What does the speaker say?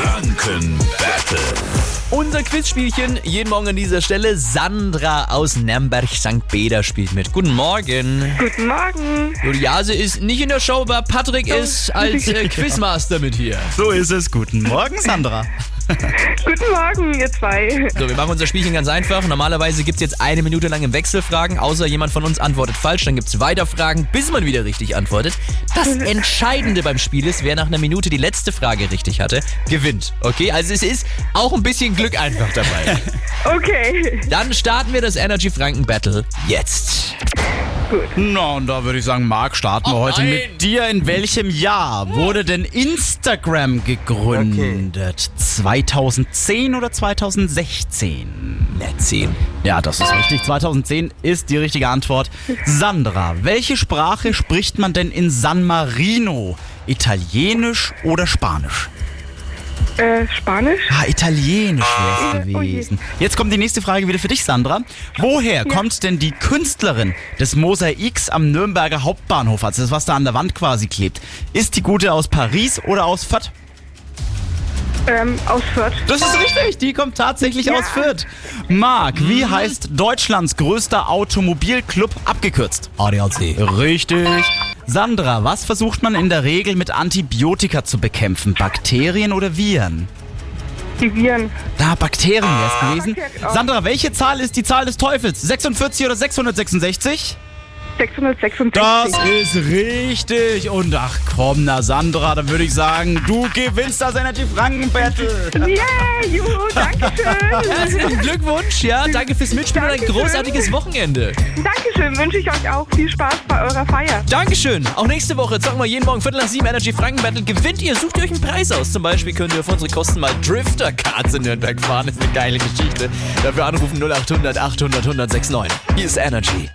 Franken Battle. Unser Quizspielchen jeden Morgen an dieser Stelle. Sandra aus Nürnberg, St. Peter spielt mit. Guten Morgen. Guten Morgen. Juliase ist nicht in der Show, aber Patrick ist als äh, Quizmaster mit hier. So ist es. Guten Morgen, Sandra. Guten Morgen, ihr zwei. So, wir machen unser Spielchen ganz einfach. Normalerweise gibt es jetzt eine Minute lang im Wechsel Fragen, außer jemand von uns antwortet falsch, dann gibt es weiter Fragen, bis man wieder richtig antwortet. Das Entscheidende beim Spiel ist, wer nach einer Minute die letzte Frage richtig hatte, gewinnt. Okay, also es ist auch ein bisschen Glück einfach dabei. Okay. Dann starten wir das Energy Franken Battle jetzt. Na, und da würde ich sagen, Marc, starten wir Oh heute nein. mit dir. In welchem Jahr wurde denn Instagram gegründet? 2010 oder 2016? Erzählen. Ja, das ist richtig. 2010 ist die richtige Antwort. Sandra, welche Sprache spricht man denn in San Marino? Italienisch oder Spanisch? Äh, Spanisch? Ah, Italienisch wäre es Äh, oh je. gewesen. Jetzt kommt die nächste Frage wieder für dich, Sandra. Woher kommt denn die Künstlerin des Mosaiks am Nürnberger Hauptbahnhof, also das, was da an der Wand quasi klebt? Ist die gute aus Paris oder aus Fürth? Ähm, aus Fürth. Das ist richtig, die kommt tatsächlich aus Fürth. Marc, wie Mhm. heißt Deutschlands größter Automobilclub abgekürzt? ADAC. Richtig. Sandra, was versucht man in der Regel mit Antibiotika zu bekämpfen? Bakterien oder Viren? Die Viren. Da, Bakterien wäre es gewesen. Bakterien, oh. Sandra, welche Zahl ist die Zahl des Teufels? 46 oder 666? 666. Das ist richtig. Und ach komm, na Sandra, dann würde ich sagen, du gewinnst das Energy Franken Battle. Yeah, juhu, Dankeschön. Herzlichen Glückwunsch, ja. Danke fürs Mitspielen und ein Dankeschön. großartiges Wochenende. Dankeschön, wünsche ich euch auch viel Spaß bei eurer Feier. Dankeschön. Auch nächste Woche zocken wir jeden Morgen Viertel nach sieben Energy Franken Battle. Gewinnt ihr, sucht ihr euch einen Preis aus. Zum Beispiel könnt ihr auf unsere Kosten mal Drifter Cards in Nürnberg fahren. ist eine geile Geschichte. Dafür anrufen 0800 800 1069. Hier ist Energy.